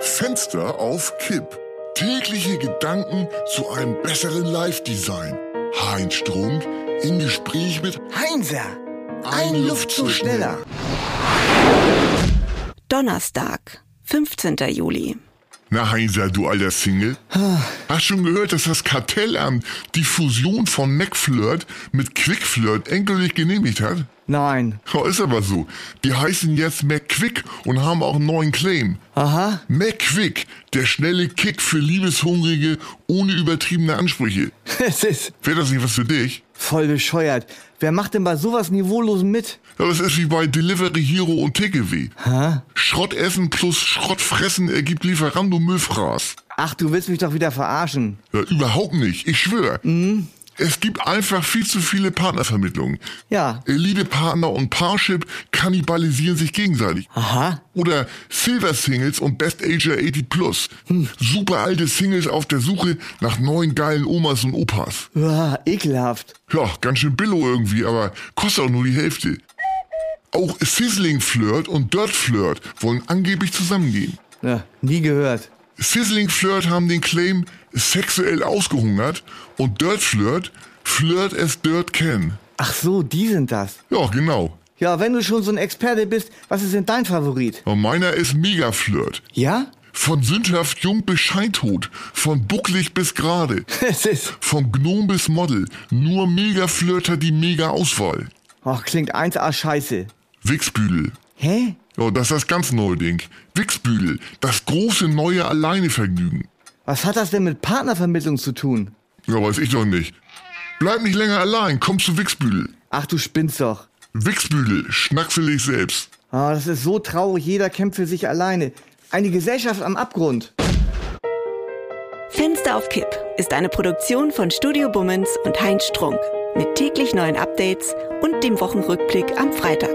Fenster auf Kipp. Tägliche Gedanken zu einem besseren Live-Design. Heinz Strunk im Gespräch mit Heinzer, Ein Luftzug schneller. Donnerstag, 15. Juli. Na Heinzer, du alter Single. Hast schon gehört, dass das Kartellamt die Fusion von McFlirt mit QuickFlirt endgültig genehmigt hat? Nein. Ja, ist aber so. Die heißen jetzt McQuick und haben auch einen neuen Claim. Aha. McQuick, der schnelle Kick für Liebeshungrige ohne übertriebene Ansprüche. Es ist Wäre das nicht was für dich? voll bescheuert. Wer macht denn bei sowas Niveaulosen mit? Ja, Das ist wie bei Delivery Hero und TKW. Schrottessen plus Schrottfressen ergibt Lieferando Müllfraß. Ach, du willst mich doch wieder verarschen. Ja, überhaupt nicht, ich schwöre. Es gibt einfach viel zu viele Partnervermittlungen. Ja. Elite-Partner und Parship kannibalisieren sich gegenseitig. Aha. Oder Silver Singles und Best Ager 80 Plus. Super alte Singles auf der Suche nach neuen geilen Omas und Opas. Uah, ekelhaft. Ja, ganz schön billo irgendwie, aber kostet auch nur die Hälfte. Auch Sizzling Flirt und Dirt Flirt wollen angeblich zusammengehen. Ja, nie gehört. Sizzling Flirt haben den Claim sexuell ausgehungert und Dirt Flirt Flirt as Dirt can. Ach so, die sind das. Ja, genau. Ja, wenn du schon so ein Experte bist, was ist denn dein Favorit? Und meiner ist Mega Flirt. Ja? Von sündhaft jung bis scheintot, von bucklig bis gerade. Es ist. Vom Gnom bis Model, nur Mega-Flirter die Mega-Auswahl. Ach, oh, klingt 1A scheiße. Wichsbüdel. Hä? Ja, das ist das ganz neue Ding. Wichsbüdel, das große neue Alleinevergnügen. Was hat das denn mit Partnervermittlung zu tun? Ja, weiß ich doch nicht. Bleib nicht länger allein, komm zu Wichsbüdel. Ach, du spinnst doch. Wichsbüdel, schnacksel dich selbst. Ah, das ist so traurig, jeder kämpft für sich alleine. Eine Gesellschaft am Abgrund. Fenster auf Kipp ist eine Produktion von Studio Bummens und Heinz Strunk. Mit täglich neuen Updates und dem Wochenrückblick am Freitag.